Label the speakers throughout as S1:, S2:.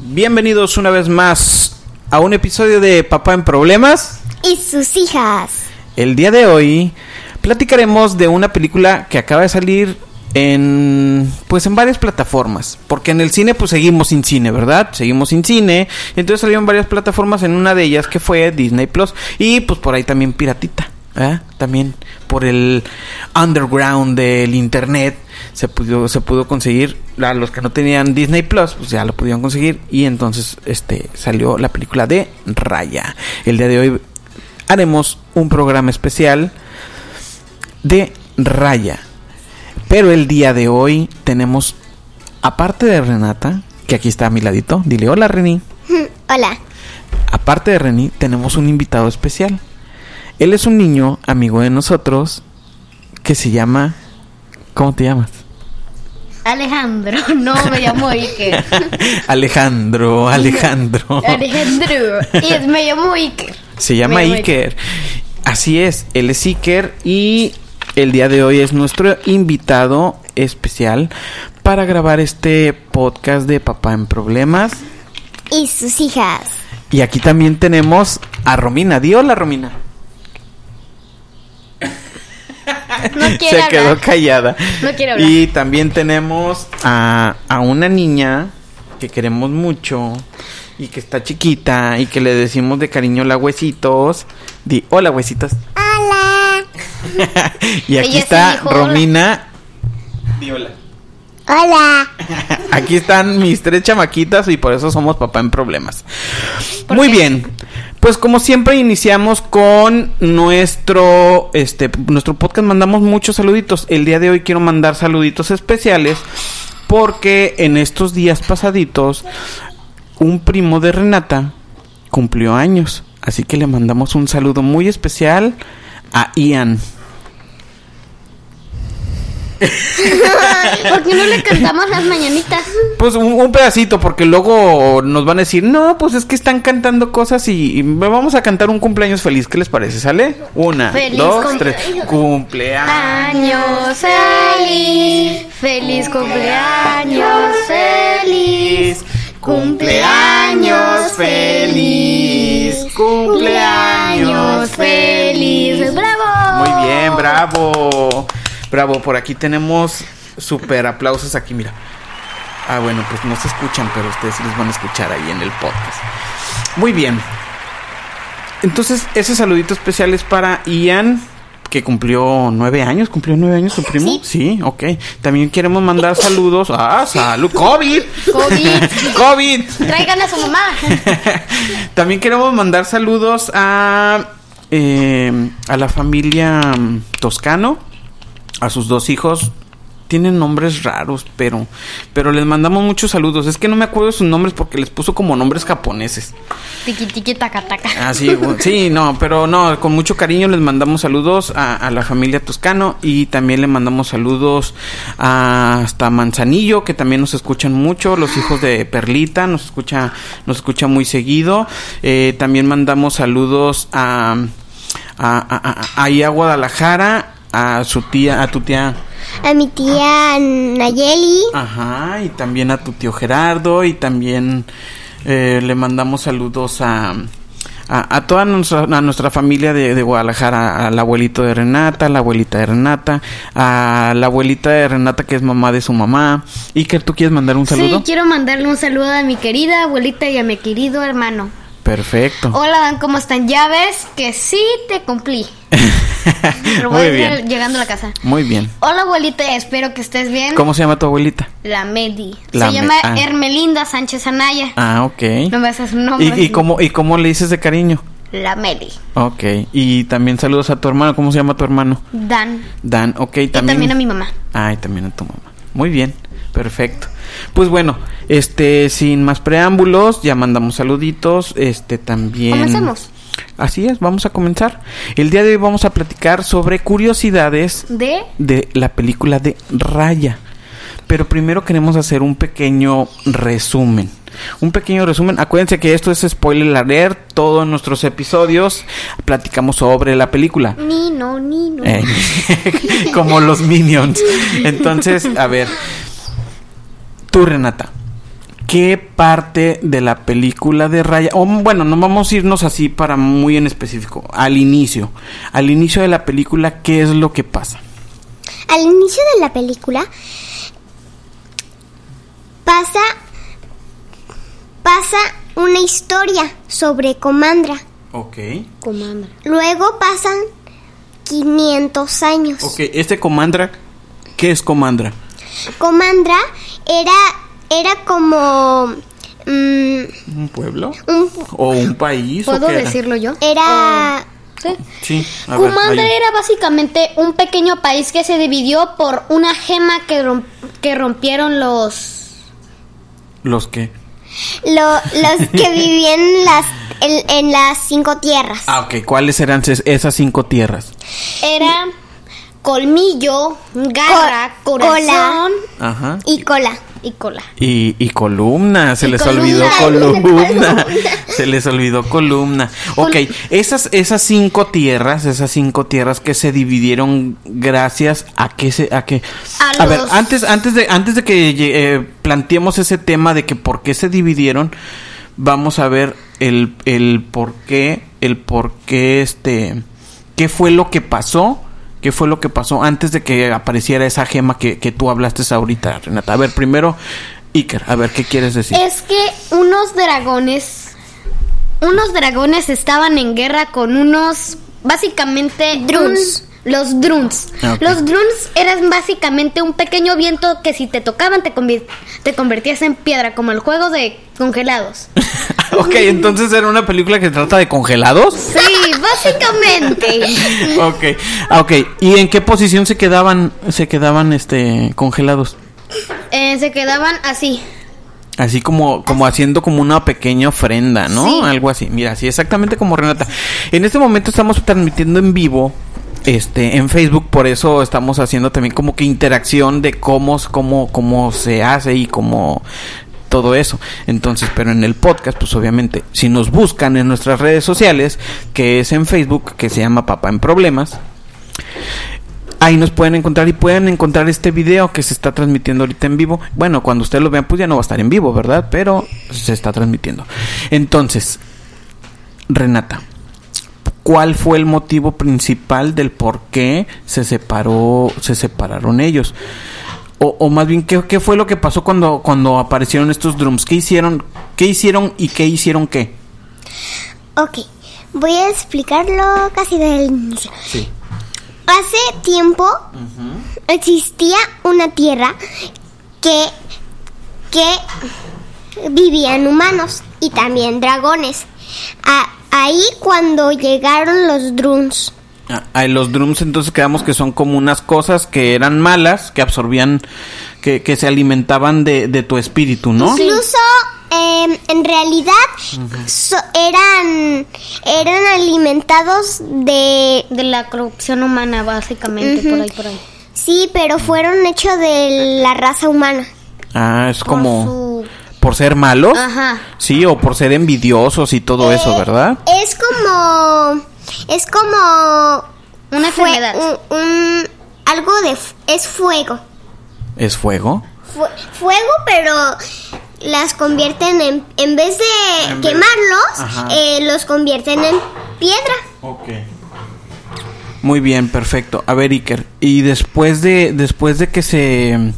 S1: Bienvenidos una vez más a un episodio de Papá en Problemas.
S2: Y sus hijas.
S1: El día de hoy platicaremos de una película que acaba de salir en pues en varias plataformas, porque en el cine pues seguimos sin cine, ¿verdad? Seguimos sin cine, entonces salieron varias plataformas en una de ellas que fue Disney Plus y pues por ahí también piratita. ¿verdad? También por el underground del internet se pudo, se pudo conseguir. A los que no tenían Disney Plus, pues ya lo pudieron conseguir. Y entonces este, salió la película de Raya. El día de hoy haremos un programa especial de Raya. Pero el día de hoy tenemos, aparte de Renata, que aquí está a mi ladito, dile hola Reni.
S2: Hola.
S1: Aparte de Reni, tenemos un invitado especial. Él es un niño amigo de nosotros que se llama. ¿Cómo te llamas?
S3: Alejandro, no me llamo Iker.
S1: Alejandro, Alejandro.
S3: Alejandro, y me llamo Iker.
S1: Se llama
S3: Me llamo
S1: Iker. Así es, él es Iker y el día de hoy es nuestro invitado especial para grabar este podcast de Papá en Problemas.
S2: Y sus hijas.
S1: Y aquí también tenemos a Romina. Di hola, Romina.
S3: No quiere
S1: Se quedó
S3: hablar.
S1: callada.
S3: No quiere hablar.
S1: Y también tenemos a, a una niña que queremos mucho y que está chiquita y que le decimos de cariño la huesitos. Di, hola huesitos.
S2: Hola.
S1: y aquí
S3: Ella sí
S1: está
S3: dijo hola.
S1: Romina. Di hola.
S2: Hola.
S1: Aquí están mis tres chamaquitas y por eso somos papá en problemas. Muy bien. Pues como siempre iniciamos con nuestro este nuestro podcast mandamos muchos saluditos. El día de hoy quiero mandar saluditos especiales porque en estos días pasaditos un primo de Renata cumplió años, así que le mandamos un saludo muy especial a Ian.
S3: ¿Por qué no le cantamos las mañanitas?
S1: Pues un, un pedacito, porque luego nos van a decir, no, pues es que están cantando cosas y, y vamos a cantar un cumpleaños feliz. ¿Qué les parece? ¿Sale? Una,
S3: Feliz
S1: dos, tres.
S3: cumpleaños.
S1: Cumpleaños.
S3: Años feliz, feliz cumpleaños feliz, cumpleaños feliz, cumpleaños feliz, bravo.
S1: Muy bien, bravo. Bravo, por aquí tenemos super aplausos aquí, mira. Ah, bueno, pues no se escuchan, pero ustedes sí los van a escuchar ahí en el podcast. Muy bien. Entonces, ese saludito especial es para Ian, que cumplió nueve años. ¿Cumplió nueve años tu primo? Sí, ok. También queremos mandar saludos. Ah, salud. COVID.
S3: COVID.
S1: COVID.
S3: Traigan a su mamá.
S1: También queremos mandar saludos a, eh, a la familia mm, Toscano, a sus dos hijos. Tienen nombres raros, pero, pero les mandamos muchos saludos. Es que no me acuerdo sus nombres porque les puso como nombres japoneses.
S3: Tiki tiki taca taca.
S1: Ah, sí, bu- sí, no, pero no, con mucho cariño les mandamos saludos a, a la familia Toscano y también le mandamos saludos a- hasta Manzanillo, que también nos escuchan mucho, los hijos de Perlita, nos escucha, nos escucha muy seguido. Eh, también mandamos saludos a, a, a- a- ahí a Guadalajara, a su tía, a tu tía.
S2: A mi tía Nayeli.
S1: Ah. Ajá, y también a tu tío Gerardo y también eh, le mandamos saludos a, a, a toda nuestra, a nuestra familia de, de Guadalajara, al abuelito de Renata, a la abuelita de Renata, a la abuelita de Renata que es mamá de su mamá. Iker, ¿tú quieres mandar un saludo?
S3: Sí, quiero mandarle un saludo a mi querida abuelita y a mi querido hermano.
S1: Perfecto.
S3: Hola, Dan, ¿cómo están? Ya ves que sí te cumplí. Pero voy
S1: Muy
S3: a ir
S1: bien.
S3: llegando a la casa.
S1: Muy bien.
S3: Hola, abuelita, espero que estés bien.
S1: ¿Cómo se llama tu abuelita?
S3: La Medi.
S1: La
S3: Se
S1: Me-
S3: llama
S1: ah.
S3: Hermelinda Sánchez Anaya.
S1: Ah, ok.
S3: No me haces un
S1: ¿Y,
S3: nombre.
S1: y cómo, ¿Y cómo le dices de cariño?
S3: La Medi.
S1: Ok. Y también saludos a tu hermano. ¿Cómo se llama tu hermano?
S3: Dan.
S1: Dan, ok. También,
S3: Y también a mi mamá.
S1: Ay, también a tu mamá. Muy bien, perfecto. Pues bueno, este, sin más preámbulos, ya mandamos saluditos, este, también.
S3: Comencemos.
S1: Así es, vamos a comenzar. El día de hoy vamos a platicar sobre curiosidades
S3: De
S1: de la película de Raya. Pero primero queremos hacer un pequeño resumen. Un pequeño resumen. Acuérdense que esto es spoiler alert. Todos nuestros episodios platicamos sobre la película.
S3: Nino, Nino.
S1: Eh, como los minions. Entonces, a ver, tú Renata, ¿qué parte de la película de Raya, o bueno, no vamos a irnos así para muy en específico, al inicio, al inicio de la película, ¿qué es lo que pasa?
S2: Al inicio de la película pasa pasa una historia sobre Comandra.
S1: Ok.
S3: Comandra.
S2: Luego pasan 500 años.
S1: Ok, este Comandra, ¿qué es Comandra?
S2: Comandra era era como mm,
S1: ¿Un pueblo?
S2: un-
S1: ¿O un país? o
S3: ¿Puedo
S1: qué era?
S3: decirlo yo? Ah.
S2: era
S3: Sí.
S1: Sí. a ver,
S3: Kumandra
S1: ayúdame.
S3: era básicamente un pequeño país que se dividió por una gema que, rom- que rompieron los...
S1: ¿Los qué?
S2: lo- los que vivían en las en, en las cinco tierras.
S1: Ah, ok. ¿Cuáles eran ces- esas cinco tierras?
S3: Era colmillo, garra,
S2: Col-
S3: corazón
S1: Ajá.
S2: Y cola.
S3: y cola.
S1: Y, y columna, se
S3: Y
S1: les
S3: columna.
S1: olvidó columna.
S3: Columna.
S1: se les olvidó columna. Ok, esas, esas cinco tierras, esas cinco tierras que se dividieron gracias a que se, a que.
S3: A
S1: ver,
S3: los-
S1: antes, antes de, antes de que eh, planteemos ese tema de que por qué se dividieron, vamos a ver el, el por qué, el por qué este, qué fue lo que pasó. ¿Qué fue lo que pasó antes de que apareciera esa gema que, que tú hablaste ahorita, Renata? A ver, primero, Iker, a ver, ¿qué quieres decir?
S3: Es que unos dragones... Unos dragones estaban en guerra con unos... Básicamente... Druns. los Druns.
S1: Ah, ok.
S3: Los Druns eran básicamente un pequeño viento que si te tocaban te, convi- te convertías en piedra, como el juego de congelados.
S1: Ah, ok, entonces era una película que trata de congelados.
S3: Sí, básicamente.
S1: Ok, ah, ok. ¿Y en qué posición se quedaban, se quedaban este congelados?
S3: Eh, se quedaban así.
S1: Así como, como haciendo como una pequeña ofrenda, ¿no?
S3: Sí.
S1: Algo así. Mira, sí, exactamente como Renata. En este momento estamos transmitiendo en vivo. Este, en Facebook, por eso estamos haciendo también como que interacción de cómo, cómo, cómo se hace y cómo todo eso. Entonces, pero en el podcast, pues obviamente, si nos buscan en nuestras redes sociales, que es en Facebook, que se llama Papá en Problemas, Ahí nos pueden encontrar y pueden encontrar este video que se está transmitiendo ahorita en vivo. Bueno, cuando ustedes lo vean, pues ya no va a estar en vivo, ¿verdad? Pero se está transmitiendo. Entonces, Renata, ¿cuál fue el motivo principal del por qué se separó, se separaron ellos? O, o más bien, ¿qué, qué fue lo que pasó cuando, cuando aparecieron estos drums? ¿Qué hicieron? ¿Qué hicieron y qué hicieron qué?
S2: Ok, voy a explicarlo casi desde el inicio. Hace tiempo existía una tierra que, que vivían humanos y también dragones. A- ahí cuando llegaron los druns.
S1: Ah, ah, los drums entonces quedamos que son como unas cosas que eran malas, que absorbían, que, que se alimentaban de, de tu espíritu, ¿no?
S2: Incluso eh, en realidad so- eran, eran alimentados de...
S3: De la corrupción humana, básicamente, por ahí, por ahí.
S2: Sí, pero fueron hechos de la raza humana.
S1: Ah, es como
S3: su- Ah.
S1: por ser malos,
S3: Ajá.
S1: sí, o por ser envidiosos y todo eso,
S2: Eh,
S1: ¿verdad?
S2: Es como. Es como.
S3: Una
S2: fue-
S3: enfermedad.
S2: un- un- algo de. f- Es fuego.
S1: Es fuego.
S2: Fue- fuego, pero. las convierten en, en vez de
S1: En vez- Ajá.
S2: quemarlos, eh, los convierten en piedra.
S1: Muy bien, perfecto. A ver, Iker, y después de después de que se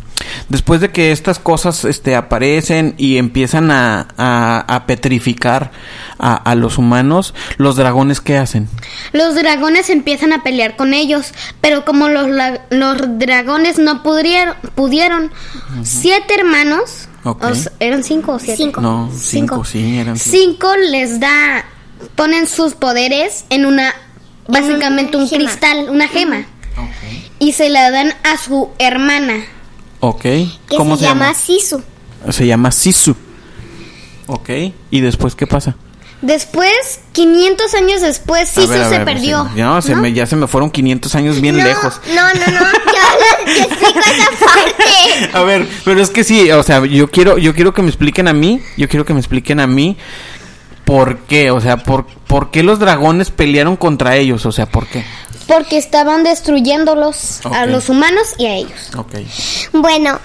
S1: después de que estas cosas este aparecen y empiezan a, a- a petrificar a, a los humanos, los dragones qué hacen?
S3: Los dragones empiezan a pelear con ellos, pero como los, la- los dragones no pudieron, pudieron siete hermanos,
S1: Ok.
S3: o s- ¿eran cinco o siete?
S2: Cinco.
S1: No, cinco, sí, eran
S3: Cinco les da, ponen sus poderes en una, básicamente un
S2: gema.
S3: cristal, una gema, y se la dan a su hermana.
S1: Ok.
S2: Que
S1: ¿Cómo se, llama?
S2: Sisu.
S1: Se llama Sisu. Ok. ¿Y después qué pasa?
S3: Después, 500 años después,
S1: A
S3: Sisu
S1: ver, a
S3: se
S1: ver,
S3: perdió.
S1: sí. No, se me- ya se me fueron 500 años bien
S2: no,
S1: lejos.
S2: No, no, no. Yo te explico esa parte.
S1: A ver, pero es que sí, o sea, yo quiero, yo quiero que me expliquen a mí, yo quiero que me expliquen a mí por qué, o sea, por, por qué los dragones pelearon contra ellos, o sea, por qué.
S3: Porque estaban destruyéndolos a
S1: Ok.
S3: los humanos y a ellos.
S1: Ok.
S2: Bueno,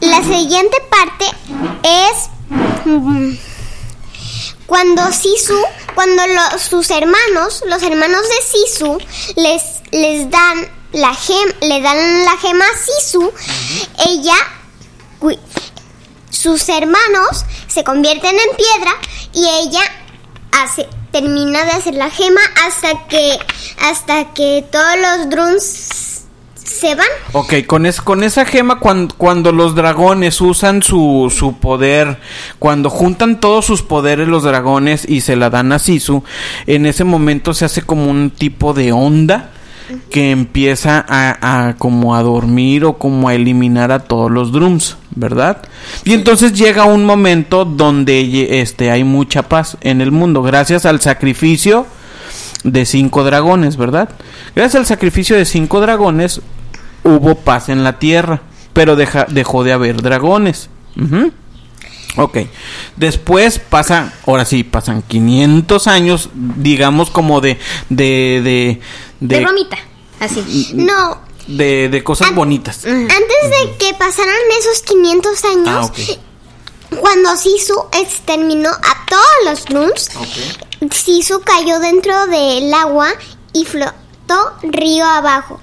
S2: la siguiente parte es mm, cuando Sisu, cuando lo- sus hermanos, los hermanos de Sisu, les, les dan la gem, le dan la gema a Sisu, ella, cui- sus hermanos se convierten en piedra y ella hace termina de hacer la gema hasta que hasta que todos los drones se van.
S1: Ok, con, es, con esa gema, cuan- cuando, los dragones usan su, su poder, cuando juntan todos sus poderes los dragones y se la dan a Sisu, en ese momento se hace como un tipo de onda que empieza a, a como a dormir o como a eliminar a todos los drums, ¿verdad? Y entonces llega un momento donde ye- este, hay mucha paz en el mundo, gracias al sacrificio de cinco dragones, ¿verdad? Gracias al sacrificio de cinco dragones hubo paz en la tierra, pero deja- dejó de haber dragones. Ujú. Ok, después pasa, ahora sí, pasan 500 años, digamos como de... De, de,
S3: De, bromita, así.
S2: No,
S1: de- de cosas
S2: An-
S1: bonitas.
S2: Antes de que pasaran esos 500 años,
S1: Ah, ok.
S2: cuando Sisu exterminó a todos los Grunts, Sisu cayó dentro del agua y flotó río abajo.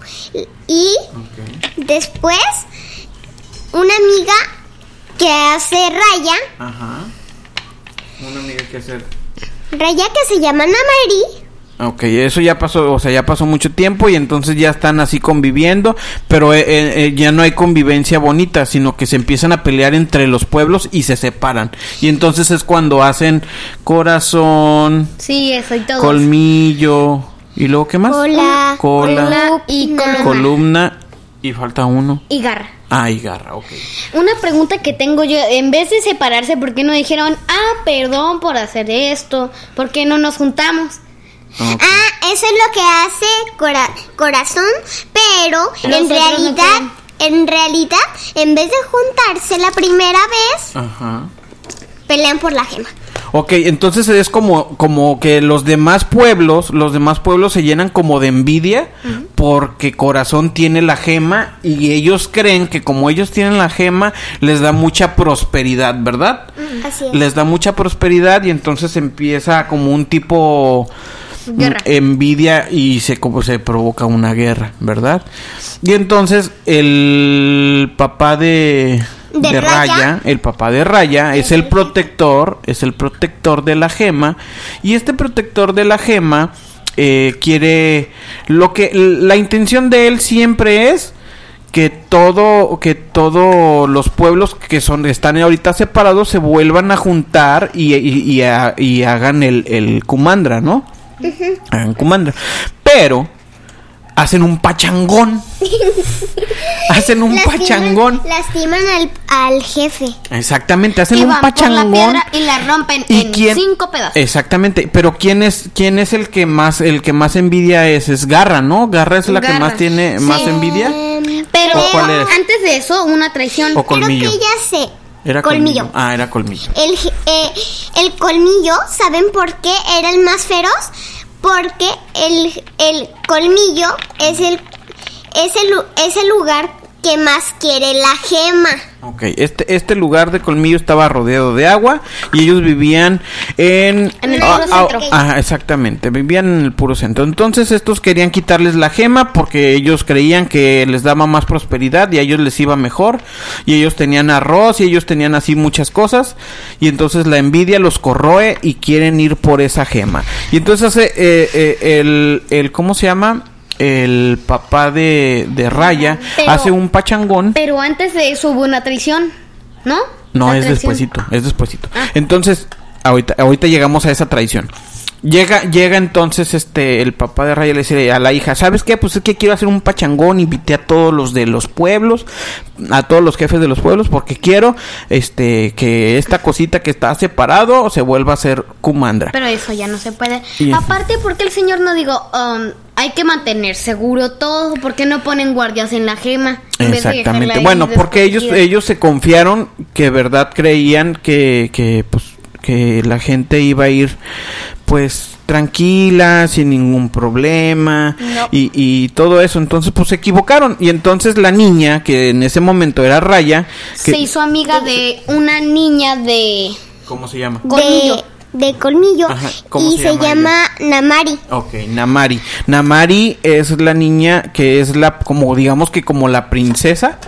S2: Y después, una amiga que hace Raya,
S3: Ah.
S1: Ajá. Una amiga que hacer.
S2: Raya que se llama Namari,
S1: Ah, Ok, eso ya pasó, o sea, ya pasó mucho tiempo y entonces ya están así conviviendo, pero eh, eh, eh, ya no hay convivencia bonita, sino que se empiezan a pelear entre los pueblos y se separan. Y entonces es cuando hacen corazón,
S3: Sí, eso y todo.
S1: colmillo y luego qué más?
S2: Cola.
S1: cola,
S3: Cola y columna.
S1: columna y falta uno.
S3: y garra.
S1: Ah, y garra, ok.
S3: Una pregunta que tengo yo, en vez de separarse, ¿por qué no dijeron, ah, perdón por hacer esto? ¿Por qué no nos juntamos?
S1: Ok.
S2: Ah, eso es lo que hace Cora- Corazón, pero en
S3: Los otros no
S2: realidad,
S3: pueden.
S2: en realidad, en vez de juntarse la primera vez,
S1: Ajá.
S2: pelean por la gema.
S1: Ok, entonces es como, como que los demás pueblos, los demás pueblos se llenan como de envidia porque Corazón tiene la gema y ellos creen que como ellos tienen la gema les da mucha prosperidad, ¿verdad?
S2: Así es.
S1: Les da mucha prosperidad y entonces empieza como un tipo mm,
S3: Guerra.
S1: envidia y se como se provoca una guerra, ¿verdad? Y entonces el papá de
S2: De Raya.
S1: el papá de Raya es el protector, es el protector de la gema y este protector de la gema eh, quiere lo que la intención de él siempre es que todo que todos los pueblos que son están ahorita separados se vuelvan a juntar y, y- y a- y hagan el, el Kumandra, ¿no? Hagan Kumandra. Pero hacen un pachangón. hacen un
S2: Lastiman-
S1: pachangón.
S2: Lastiman al, al jefe.
S1: Exactamente, hacen
S3: Y
S1: un
S3: van por la
S1: pachangón.
S3: piedra y la rompen en cinco pedazos.
S1: Exactamente, pero quién es quién es el que más el que más envidia es es Garra, ¿no? Garra es la que
S3: Garra.
S1: más tiene más
S3: Sí.
S1: envidia.
S3: Pero
S1: ¿O cuál es?
S3: antes de eso, una traición.
S1: O colmillo.
S2: Creo que ya sé.
S1: Era colmillo.
S2: colmillo.
S1: Ah, era colmillo.
S2: El, je- eh, el colmillo, ¿saben por qué era el más feroz? Porque el, el colmillo es el, es, el, lu- es el lugar que más quiere la gema.
S1: Ok, este, este lugar de colmillo estaba rodeado de agua y ellos vivían en...
S3: En el
S1: ah,
S3: puro
S1: ah,
S3: centro.
S1: ajá, exactamente, vivían en el puro centro. Entonces estos querían quitarles la gema porque ellos creían que les daba más prosperidad y a ellos les iba mejor. Y ellos tenían arroz y ellos tenían así muchas cosas. Y entonces la envidia los corroe y quieren ir por esa gema. Y entonces hace eh, eh, el, el... ¿Cómo se llama? El papá de, de Raya
S3: Pero-
S1: hace un pachangón.
S3: Pero antes de eso hubo una traición, ¿no?
S1: No,
S3: La
S1: es
S3: traición.
S1: despuesito, es despuesito.
S3: Ah.
S1: Entonces, ahorita, ahorita llegamos a esa traición. Llega, llega entonces este el papá de Raya le dice a la hija, ¿sabes qué? Pues es que quiero hacer un pachangón, invité a todos los de los pueblos, a todos los jefes de los pueblos, porque quiero este que esta cosita que está separado se vuelva a ser Kumandra.
S3: Pero eso ya no se puede.
S1: Y-
S3: Aparte, ¿por qué el señor no digo, um, hay que mantener seguro todo? ¿Por qué no ponen guardias en la gema? En vez de dejarla
S1: Exactamente.
S3: ahí
S1: Bueno, porque ellos,
S3: desprotegida?
S1: ellos se confiaron que verdad creían que, que, pues, que la gente iba a ir pues tranquila, sin ningún problema
S3: No.
S1: y, y todo eso. Entonces pues se equivocaron. Y entonces la niña, que en ese momento era Raya, que,
S3: Se hizo amiga de una niña de...
S1: ¿cómo se llama?
S2: de,
S3: Colmillo.
S2: de colmillo
S1: Ajá, ¿cómo
S2: y
S1: se
S2: se
S1: llama
S2: llama Namari.
S1: Ok, Namari. Namari es la niña que es la, como digamos que como la princesa,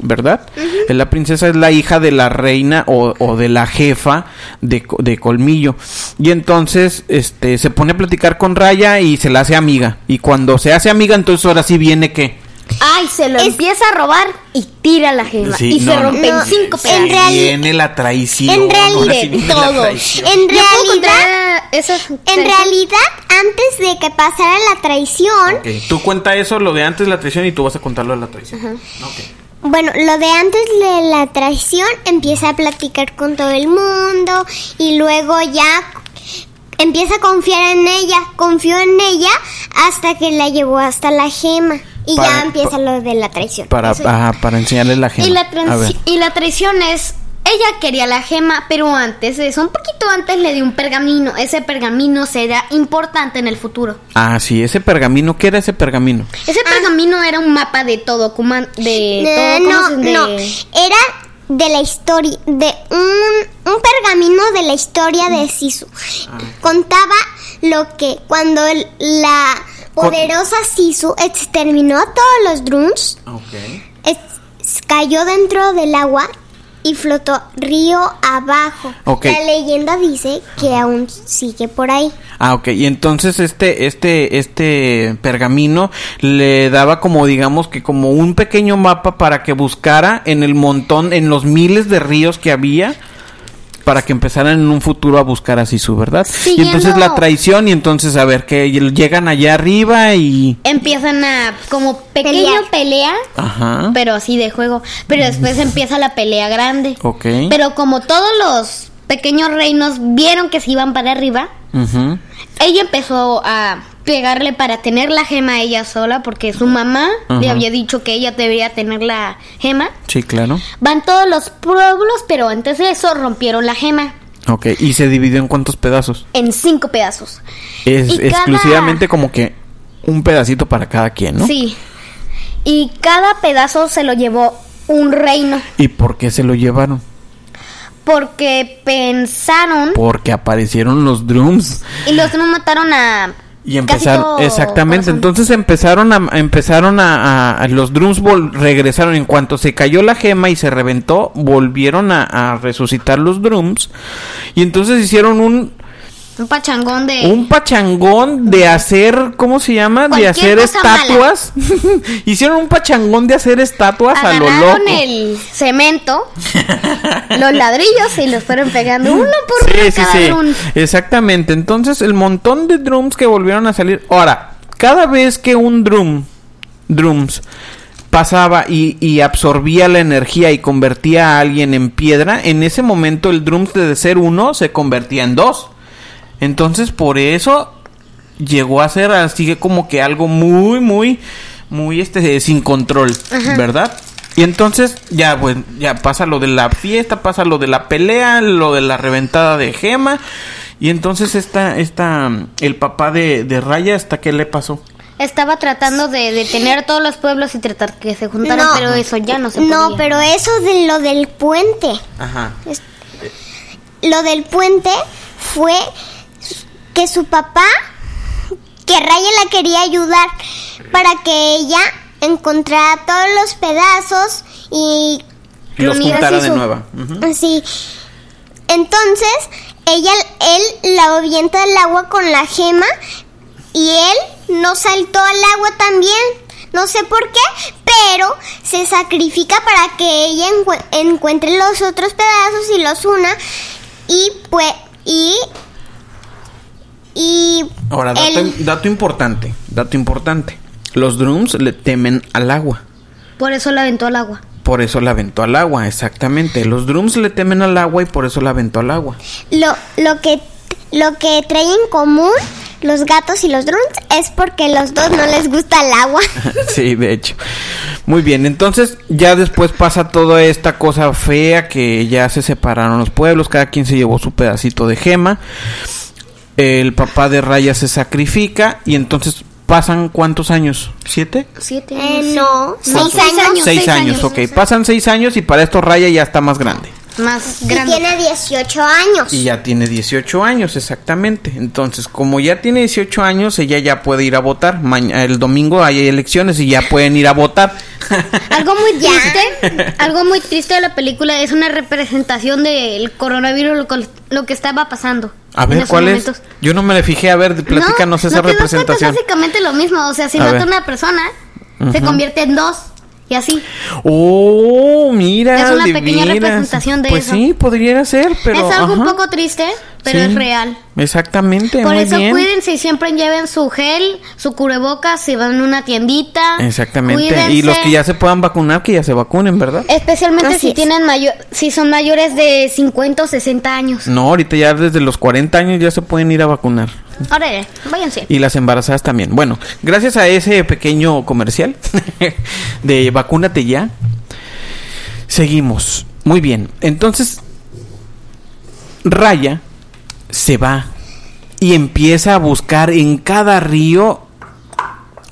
S1: ¿verdad? Es La princesa es la hija de la reina o, o de la jefa de, co- de Colmillo. Y entonces este, se pone a platicar con Raya y se la hace amiga. Y cuando se hace amiga, entonces ahora sí viene que...
S3: Ay, se lo empieza a robar y tira la gema.
S1: Sí,
S3: y
S1: no,
S3: se
S1: no.
S3: rompen
S2: No,
S3: cinco
S2: en
S3: pedazos.
S2: reali-
S1: Viene la traición.
S2: En
S1: ahora
S2: realidad,
S1: sí viene la
S2: todo.
S1: traición.
S2: En
S3: ¿Yo puedo
S2: realidad,
S3: contar esas-
S2: en realidad, antes de que pasara la traición,
S1: Ok, Tú cuenta eso, lo de antes la traición, y tú vas a contar lo de la traición. Ok.
S2: Bueno, lo de antes de la traición empieza a platicar con todo el mundo y luego ya empieza a confiar en ella, confió en ella hasta que la llevó hasta la gema y
S1: Para-
S2: ya empieza
S1: pa-
S2: lo de la traición.
S1: Para,
S2: Eso-
S1: ajá, para enseñarles la gema.
S3: Y la,
S1: A ver.
S3: transi- y la traición es. Ella quería la gema, pero antes de eso, un poquito antes le dio un pergamino. Ese pergamino será importante en el futuro.
S1: Ah, sí, ese pergamino, ¿qué era ese pergamino?
S3: Ese pergamino era un mapa de todo, Kuman- de
S2: Ah. Eh,
S3: todo,
S2: no,
S3: ¿cómo se- de-
S2: no, era de la historia, de un, un pergamino de la historia de Sisu. Contaba lo que cuando el- la
S1: Con-
S2: poderosa Sisu exterminó a todos los Druns, es- cayó dentro del agua y flotó río abajo.
S1: Ok.
S2: La leyenda dice que aún sigue por ahí.
S1: Ah, ok. Y entonces este, este, este pergamino le daba como, digamos que como un pequeño mapa para que buscara en el montón, en los miles de ríos que había, para que empezaran en un futuro a buscar así su verdad. Y entonces
S3: Siguiendo-
S1: la traición y entonces a ver que llegan allá arriba y...
S3: Empiezan a. como pequeño
S2: Pelear.
S3: pelea.
S1: Ajá.
S3: Pero así de juego. Pero después empieza la pelea grande.
S1: Mm. Ok.
S3: Pero como todos los pequeños reinos vieron que se iban para arriba,
S1: Ujú.
S3: Ella empezó a pegarle para tener la gema a ella sola porque su mamá le
S1: Ajá.
S3: había dicho que ella debía tener la gema.
S1: Sí, claro.
S3: Van todos los pueblos, pero antes de eso rompieron la gema
S1: Ok. ¿Y se dividió en cuántos pedazos?
S3: en cinco pedazos.
S1: Es
S3: Y cada-
S1: exclusivamente como que un pedacito para cada quien, ¿no?
S3: Sí. Y cada pedazo se lo llevó un reino
S1: ¿Y por qué se lo llevaron?
S3: porque pensaron
S1: Porque aparecieron los drums
S3: y los no mataron a
S1: Ah. y
S3: casi todo
S1: empezaron exactamente.
S3: corazón.
S1: Entonces empezaron a empezaron a, a- a- los drums vol- regresaron en cuanto se cayó la gema y se reventó volvieron a, a resucitar los drums y entonces hicieron un
S3: un pachangón de
S1: un pachangón de hacer cómo se llama de
S3: Cualquier
S1: hacer
S3: cosa mala.
S1: estatuas hicieron un pachangón de hacer estatuas a lo loco
S3: agarraron el cemento, los ladrillos y los fueron pegando uno por uno
S1: Sí, sí,
S3: cada
S1: sí.
S3: uno.
S1: Exactamente. Entonces, el montón de drums que volvieron a salir. Ahora, cada vez que un drum, drums, pasaba y, y absorbía la energía y convertía a alguien en piedra, en ese momento el drums de ser uno se convertía en dos. Entonces, por eso llegó a ser así que como que algo muy, muy, muy este sin control, ¿verdad? Y entonces ya, pues, ya pasa lo de la fiesta, pasa lo de la pelea, lo de la reventada de gema. Y entonces esta, esta, el papá de, de Raya, ¿hasta qué le pasó?
S3: estaba tratando de detener todos los pueblos y tratar que se juntaran,
S2: No.
S3: pero eso ya no se podía.
S2: No, pero eso de lo del puente.
S1: Ajá.
S2: Lo del puente fue que su papá, que Raya la quería ayudar para que ella encontrara todos los pedazos y
S1: Y los
S2: reuniera
S1: juntara
S2: así
S1: de
S2: su-
S1: nueva. Ujú.
S2: Sí. Entonces, ella, él la avienta al agua con la gema y él no saltó al agua también. No sé por qué, pero se sacrifica para que ella encue- encuentre los otros pedazos y los una y pues y y
S1: Ahora, dato,
S2: él-
S1: dato importante, dato importante. Los drums le temen al agua.
S3: Por eso la aventó al agua.
S1: Por eso la aventó al agua, exactamente. Los drums le temen al agua y por eso la aventó al agua.
S2: Lo, lo que lo que traen en común los gatos y los drones es porque los dos no les gusta el agua.
S1: sí, de hecho. Muy bien, entonces ya después pasa toda esta cosa fea que ya se separaron los pueblos, cada quien se llevó su pedacito de gema. El papá de Raya se sacrifica y entonces pasan cuántos años? ¿Siete?
S3: Siete
S2: Eh,
S3: años.
S2: no,
S1: Seis
S2: seis años.
S1: seis, años, ok. Pasan seis años y para esto Raya ya está más grande.
S3: Más
S2: Y
S3: grande.
S2: tiene 18 años.
S1: Y ya tiene 18 años, exactamente. Entonces, como ya tiene 18 años, ella ya puede ir a votar. Maña- el domingo hay elecciones y ya pueden ir a votar.
S3: Algo muy triste, algo muy triste de la película es una representación del coronavirus, lo, col- lo que estaba pasando.
S1: A
S3: en
S1: ver,
S3: esos
S1: ¿cuál
S3: momentos.
S1: es? Yo no me le fijé. A ver, platícanos esa
S3: no, no te das cuenta,
S1: representación.
S3: es básicamente lo mismo, o sea, si
S1: A
S3: mata
S1: ver.
S3: una persona, se convierte en dos y así.
S1: Oh, mira.
S3: Es una
S1: de
S3: pequeña
S1: veras.
S3: representación de
S1: pues
S3: eso.
S1: sí, podría ser, pero...
S3: es algo un
S1: ajá,
S3: poco triste, pero
S1: sí.
S3: es real.
S1: Exactamente,
S3: Por
S1: muy
S3: eso
S1: bien.
S3: cuídense y siempre lleven su gel, su cubrebocas, si van a una tiendita.
S1: Exactamente. Y
S3: Cuídense.
S1: los que ya se puedan vacunar, que ya se vacunen, ¿verdad?
S3: Especialmente
S2: Así
S3: si
S2: es.
S3: tienen mayor, si son mayores de 50 o 60 años.
S1: No, ahorita ya desde los 40 años ya se pueden ir a vacunar.
S3: Órale, váyanse.
S1: Y las embarazadas también. Bueno, gracias a ese pequeño comercial de vacúnate ya, seguimos. Muy bien. Entonces, Raya se va y empieza a buscar en cada río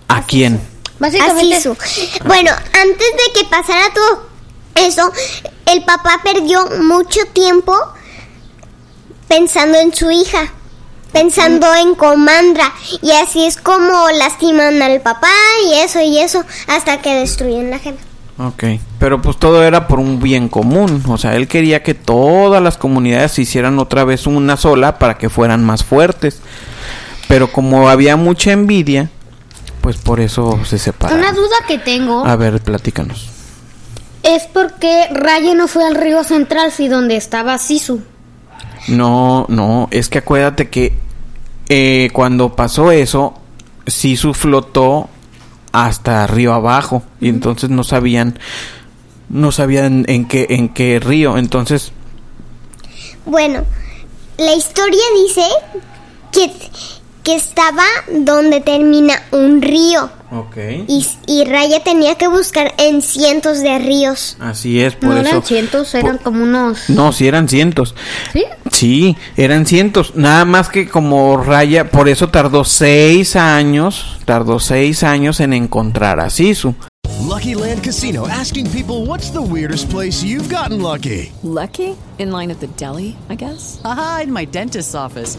S1: a quién.
S3: Básicamente
S2: Así su. Bueno, antes de que pasara todo eso, el papá perdió mucho tiempo pensando en su hija, pensando en Comandra. Y así es como lastiman al papá y eso y eso, hasta que destruyen la gema.
S1: Ok. Pero pues todo era por un bien común. O sea, él quería que todas las comunidades se hicieran otra vez una sola para que fueran más fuertes. Pero como había mucha envidia, pues por eso se separaron.
S3: una duda que tengo
S1: A ver, platícanos.
S3: es por qué Raya no fue al río central si donde estaba Sisu.
S1: No, no, es que acuérdate que eh, cuando pasó eso, Sisu flotó hasta río abajo y entonces no sabían, no sabían en qué, en qué río. Entonces,
S2: Bueno, la historia dice que, que estaba donde termina un río. Y, y Raya tenía que buscar en cientos de ríos.
S1: así es por
S3: No
S1: eso.
S3: eran cientos, eran
S1: por-
S3: como unos.
S1: No, sí eran cientos.
S3: ¿Sí?
S1: Sí, eran cientos. Nada más que como Raya, por eso tardó seis años, tardó seis años en encontrar a Sisu.
S4: Lucky Land Casino asking people what's the weirdest place you've gotten lucky?
S5: Lucky? In line at the deli, I guess?
S6: Aha, in my dentist's office.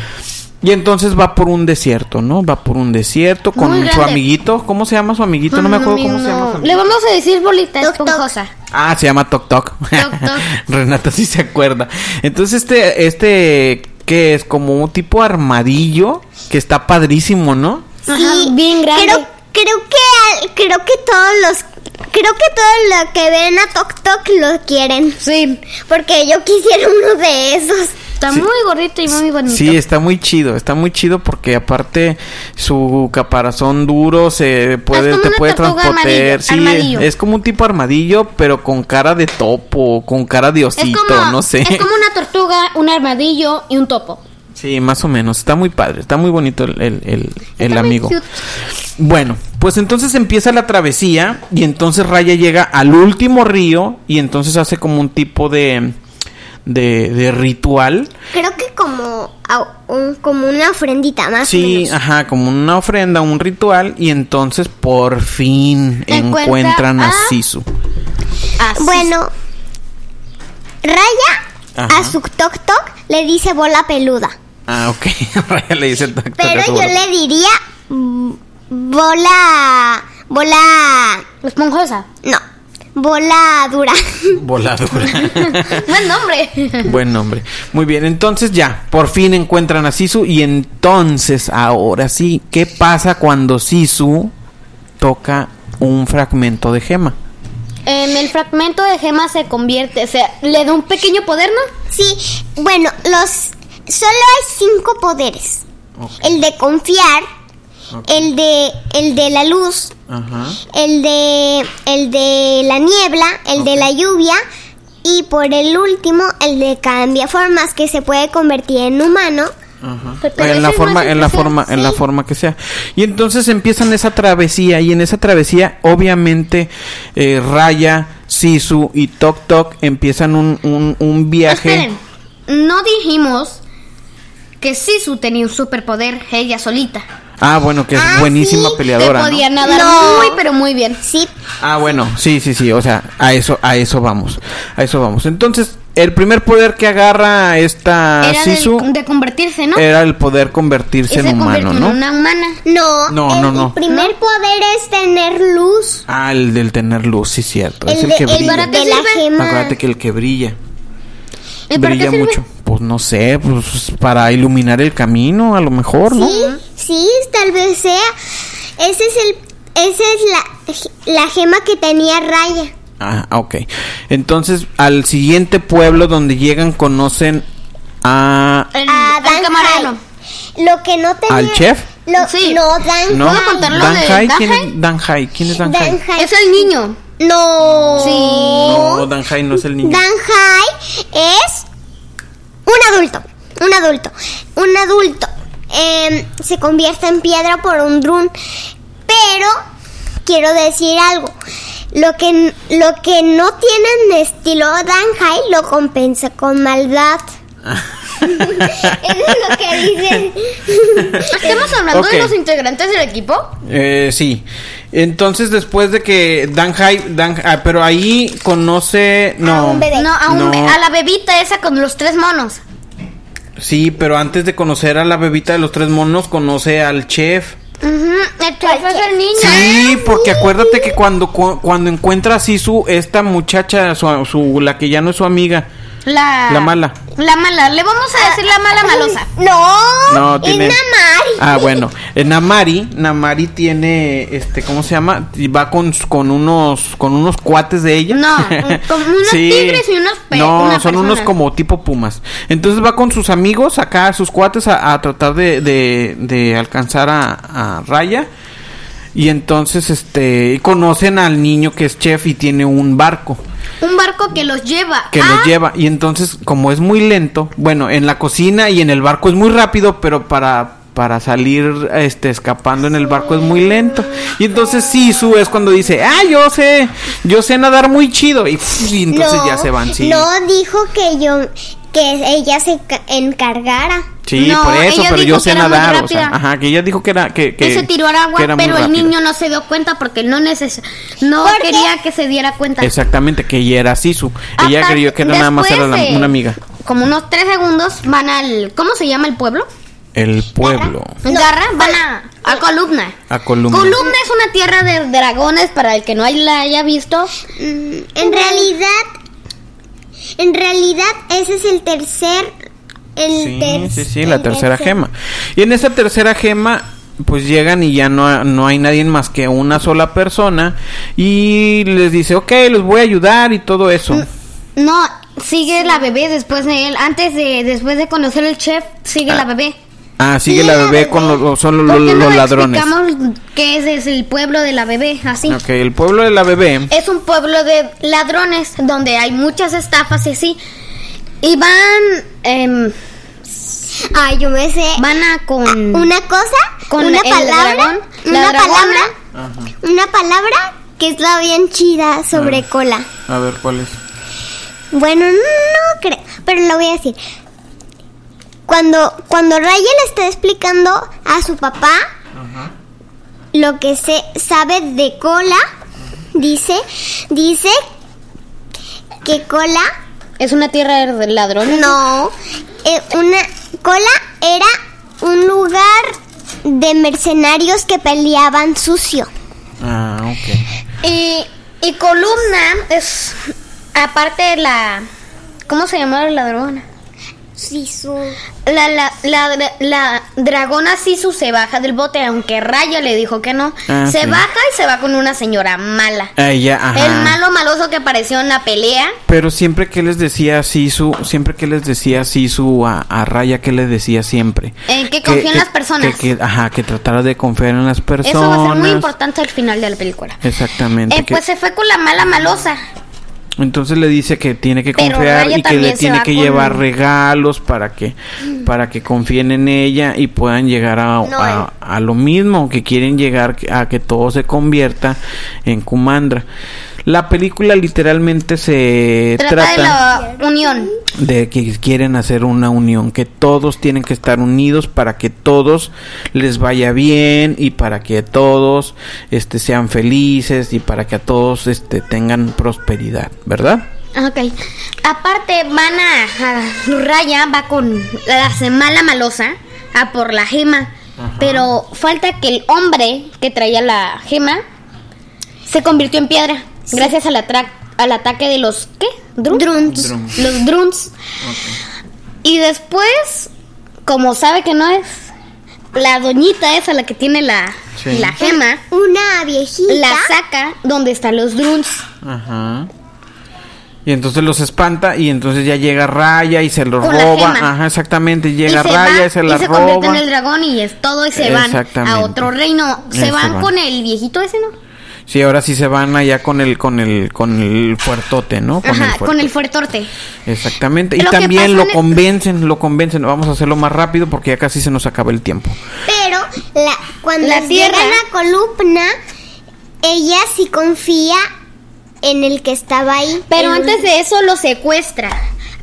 S1: Y entonces va por un desierto, ¿no? Va por un desierto con
S3: Muy
S1: su
S3: grande.
S1: amiguito. ¿Cómo se llama su amiguito? No, me acuerdo cómo se llama su
S3: Le
S1: amiguito.
S3: vamos a decir bolita
S2: Toc, toc.
S3: esponjosa.
S1: Ah, se llama Tok Tok.
S3: Tok Tok.
S1: Renata sí se acuerda. Entonces este, este, que es como un tipo armadillo que está padrísimo, ¿no?
S3: Ajá, bien grande.
S2: Creo, creo que al- creo que todos los creo que todo lo que ven a Tok Tok lo quieren.
S3: Sí,
S2: Porque yo quisiera uno de esos.
S3: está
S1: Sí.
S3: muy gordito y muy bonito.
S1: Sí, está muy chido, está muy chido porque aparte su caparazón duro se puede,
S3: Es como
S1: te
S3: una
S1: puede
S3: tortuga
S1: transportar.
S3: amarillo-
S1: Sí,
S3: armadillo.
S1: es como un tipo armadillo, pero con cara de topo, con cara de
S3: es
S1: osito,
S3: como,
S1: no sé.
S3: es como una tortuga tortuga, un armadillo y un topo.
S1: Sí, más o menos. Está muy padre. Está muy bonito el, el- el- el
S3: Está muy
S1: amigo.
S3: cute.
S1: Bueno, pues entonces empieza la travesía y entonces Raya llega al último río y entonces hace como un tipo de, de, de ritual.
S2: Creo que como, a- un- como una ofrendita más o
S1: Sí,
S2: menos.
S1: ajá, como una ofrenda, un ritual y entonces por fin
S3: Encuentra
S1: encuentran a
S2: ah.
S3: a-
S1: Sisu. ah,
S3: Así.
S2: Bueno, Raya
S1: Ajá.
S2: a su Tok Tok le dice bola peluda.
S1: Ah, ok. Raya le dice el tac, tac,
S2: Pero
S1: a su
S2: yo
S1: bola.
S2: le diría mm, bola. Bola.
S3: esponjosa.
S2: No, bola dura.
S1: Voladura.
S3: Buen nombre.
S1: Buen nombre. Muy bien, entonces ya, por fin encuentran a Sisu y entonces ahora sí, ¿qué pasa cuando Sisu toca un fragmento de gema?
S3: Em, el fragmento de gema se convierte, se le da un pequeño poder, ¿no?
S2: Sí, bueno, los. Solo hay cinco poderes: el de confiar, el, de, el de la luz,
S1: Ajá.
S2: el de el de la niebla, el de la lluvia y por el último el de cambia formas que se puede convertir en humano.
S3: Pero
S1: en la
S3: ese es
S1: forma,
S3: más
S1: en la
S3: especial,
S1: forma, en
S3: sí.
S1: la forma que sea. Y entonces empiezan esa travesía y en esa travesía, obviamente, eh, Raya, Sisu y Tok Tok empiezan un, un, un viaje.
S3: Esperen, no dijimos que Sisu tenía un superpoder ella solita.
S1: Ah, bueno, que es
S2: Ah,
S1: buenísima
S2: sí, te
S3: Que
S1: peleadora. ¿no?
S3: podía nadar
S2: No.
S3: muy pero muy bien.
S2: Sí,
S1: Ah, bueno, sí, sí, sí, o sea, a eso, a eso vamos, a eso vamos. Entonces, el primer poder que agarra esta
S3: Era del-
S1: Ah, Sisu
S3: de convertirse, ¿no?
S1: era el poder
S3: y
S1: convertirse
S3: se
S1: en humano,
S3: convirtió
S1: ¿no?
S3: en una humana.
S2: no,
S1: No,
S2: el
S1: no, no.
S2: primer poder es tener luz.
S1: Ah, el del tener luz, sí, cierto. es el
S2: de,
S1: que brilla.
S2: de
S3: ¿Para qué
S2: la
S3: sirve?
S2: gema.
S1: Acuérdate que el que brilla.
S3: ¿Y para qué
S1: Brilla
S3: sirve?
S1: mucho. Pues no sé, pues para iluminar el camino, a lo mejor, ¿no?
S2: Sí, sí, tal vez sea. Ese es el esa es la, la gema que tenía
S3: Mm,
S2: Raya.
S1: Ah, ok. Entonces, al siguiente pueblo donde llegan, conocen a.
S2: A
S3: El, el
S2: Ah, Dan
S3: camarero.
S2: High. Lo que no tenía
S1: ¿Al chef?
S2: Lo,
S3: Sí.
S2: No, Dan
S1: ¿No?
S2: High.
S3: contar lo
S1: Dan
S3: de
S1: Hai,
S3: Dan
S1: ¿quién
S3: Hai?
S1: es Dan Hai? ¿Quién es Dan Hai?
S2: Dan High.
S3: Es el niño.
S2: No.
S1: No, Dan Hai no es el niño.
S2: Dan High es un adulto, un adulto, un adulto. Em, se convierte en piedra por un drun, pero quiero decir algo. Lo que, n- lo que no tienen estilo Dan High lo compensa con maldad. Eso es lo que dicen.
S3: ¿Estamos hablando
S1: Ok.
S3: de los integrantes del equipo?
S1: Eh, sí. Entonces, después de que Dan Hai, Dan, ah, pero ahí conoce, no,
S2: un bebé.
S3: No, a,
S1: No.
S3: un- a la bebita esa con los tres monos.
S1: sí, pero antes de conocer a la bebita de los tres monos, conoce al chef.
S2: Pues
S3: El chef es el niño.
S1: Sí,
S3: ¿eh?
S1: porque acuérdate que cuando cu- cuando encuentra a Sisu, esta muchacha, su, su- la que ya no es su amiga,
S3: La...
S1: La mala.
S3: La mala. Le vamos a decir la mala malosa.
S2: No,
S1: no
S2: es
S1: tiene.
S2: Namari.
S1: Ah, bueno, eh, Namari, Namari tiene, este, ¿cómo se llama? Y Va con con unos con unos cuates de ella.
S3: No, con unos tigres y unos pe-
S1: No,
S3: una
S1: son unos
S3: persona.
S1: como tipo pumas. Entonces va con sus amigos acá, a sus cuates, a, a tratar de, de- de alcanzar a, a Raya. Y entonces, este, conocen al niño que es chef y tiene un barco
S3: Un barco que los lleva. Ah,
S1: que
S3: a-
S1: los lleva. Y entonces, como es muy lento, bueno, en la cocina y en el barco es muy rápido, pero para para salir este escapando en el barco es muy lento. Y entonces Sisu es cuando dice, "Ah, yo sé, yo sé nadar muy chido." Y, pf, y entonces ya se van, sí.
S2: No dijo que yo que ella se ca- encargara.
S1: Sí,
S3: No,
S1: por eso,
S3: ella
S1: pero
S3: dijo
S1: yo
S3: que
S1: sé
S3: era muy
S1: nadar, o sea,
S3: rápida.
S1: ajá, que ella dijo que era que, que
S3: Que se tiró al agua,
S1: que era muy
S3: pero el
S1: rápida.
S3: niño no se dio cuenta porque no neces no
S2: ¿Por qué?
S3: quería que se diera cuenta.
S1: Exactamente, que ella era Sisu. Ella
S3: Aparte,
S1: creyó que era nada más era
S3: después
S1: la-
S3: de
S1: una amiga.
S3: Como unos tres segundos van al. ¿Cómo se llama el pueblo?
S1: El pueblo.
S3: Garra, van a, a Columna.
S1: A Columna.
S3: Columna es una tierra de dragones para el que no la haya visto.
S2: Mm, En realidad, en realidad ese es el tercer, el
S1: Sí,
S2: ter-
S1: sí, sí, la
S2: el
S1: tercera
S2: tercer-
S1: gema. Y en esa tercera gema, pues llegan y ya no, no hay nadie más que una sola persona. Y les dice, ok, los voy a ayudar y todo eso.
S3: Mm. No, sigue la bebé después de él. Antes de después de conocer el chef, sigue la bebé.
S1: Ah, sigue
S2: Sí,
S1: la
S2: la
S1: bebé
S2: bebé.
S1: con los, los- solo
S3: ¿Por
S1: los,
S3: qué
S1: los
S3: no
S1: ladrones.
S3: explicamos que ese es el pueblo de la bebé? Así.
S1: Ok, el pueblo de la bebé.
S3: Es un pueblo de ladrones donde hay muchas estafas y así. Y van. em,
S2: Ay, yo me sé.
S3: van a con.
S2: Una cosa,
S3: Con
S2: una
S3: el
S2: palabra,
S3: dragón, la
S2: una
S3: dragona.
S2: palabra, una palabra que está bien chida sobre
S1: Ah.
S2: cola.
S1: A ver, ¿cuál es?
S2: Bueno, no creo, pero lo voy a decir. Cuando, cuando Raya le está explicando a su papá lo que se sabe de cola, dice, dice que cola
S3: Es una tierra de ladrones.
S2: no, eh, una cola era un lugar de mercenarios que peleaban sucio.
S1: Ah, ok.
S3: Y, y columna es. Aparte de la. ¿Cómo se llamaba la dragona?
S2: Sisu.
S3: La, la, la, la, la dragona Sisu se baja del bote, aunque Raya le dijo que no.
S1: Ah,
S3: se
S1: sí.
S3: baja y se va con una señora mala.
S1: Ah, ya, ajá.
S3: El malo maloso que apareció en la pelea.
S1: Pero siempre que les decía Sisu, siempre que les decía Sisu a, a Raya, ¿qué les decía siempre?
S3: Eh, que confíe en las personas.
S1: que- que- ajá, que tratara de confiar en las personas.
S3: Eso va a ser muy importante al final de la película.
S1: Exactamente.
S3: Eh,
S1: que-
S3: pues se fue con la mala malosa.
S1: Entonces le dice que tiene que
S3: Pero
S1: confiar
S3: Raya
S1: y que le
S3: también se
S1: tiene
S3: va
S1: que
S3: con-
S1: llevar regalos para que para que confíen en ella y puedan llegar a, a- a lo mismo que quieren llegar a que todo se convierta en Kumandra. La película literalmente se
S3: Trata,
S1: trata,
S3: de la unión.
S1: de que quieren hacer una unión, que todos tienen que estar unidos para que todos les vaya bien y para que todos este sean felices y para que a todos este tengan prosperidad, ¿verdad?
S3: Ah, Ok. Aparte, van a, a- Raya va con la mala malosa a por la gema. Pero falta que el hombre que traía la gema se convirtió en piedra. Gracias al, atra- al ataque de los. ¿Qué? ¿Drun?
S1: Drums.
S3: Los druns. Y después, como sabe que no es, la doñita esa, la que tiene la,
S1: Sí.
S3: la gema,
S2: Una viejita.
S3: la saca donde están los druns.
S1: Ajá. Y entonces los espanta y entonces ya llega Raya y se los
S3: Con la
S1: roba.
S3: gema.
S1: Ajá, exactamente. Llega
S3: y se
S1: Raya
S3: va,
S1: y se la
S3: y se convierte en
S1: roba.
S3: el dragón y es todo y se van a
S1: Exactamente.
S3: otro reino. Se
S1: Eh,
S3: van
S1: se van.
S3: con el viejito ese, ¿no?
S1: Sí, ahora sí se van allá con el con el con el fuertote, ¿no?
S3: Ajá, con el
S1: fuertote.
S3: fuertorte.
S1: Exactamente. Y
S3: Lo que pasa
S1: también lo
S3: en el-
S1: convencen, lo convencen. Vamos a hacerlo más rápido porque ya casi se nos acaba el tiempo.
S2: Pero la, cuando
S3: La
S2: la
S3: tierra.
S2: la columna, ella sí confía en el que estaba ahí.
S3: Pero
S2: En-
S3: antes de eso lo secuestra.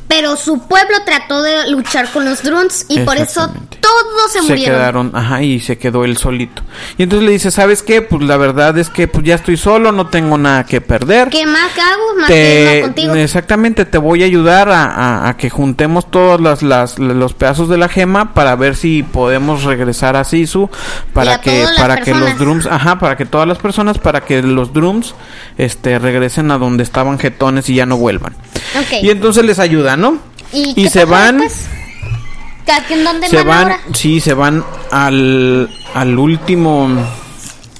S3: Pero su pueblo trató de luchar con los drones y por eso
S1: Exactamente.
S3: todos se, murieron.
S1: quedaron, ajá, y se quedó él solito. Y entonces le dice, ¿sabes qué? Pues la verdad es que pues ya estoy solo, no tengo nada que perder.
S3: ¿Qué más hago? Más que
S1: Te-
S3: irnos contigo.
S1: exactamente, te voy a ayudar a, a- a que juntemos todos las, las- los pedazos de la gema para ver si podemos regresar a Sisu
S3: Y
S1: para
S3: a
S1: que
S3: todas las
S1: para que los
S3: personas.
S1: drums, ajá, para que todas las personas, para que los drums este regresen a donde estaban jetones y ya no vuelvan.
S3: Ok.
S1: Y entonces les ayuda, ¿no?
S3: ¿Y
S1: y
S3: qué
S1: se
S3: pasa
S1: van
S3: después? ¿A ¿Dónde
S1: se
S3: van
S1: van,
S3: ahora?
S1: sí, se van al, al último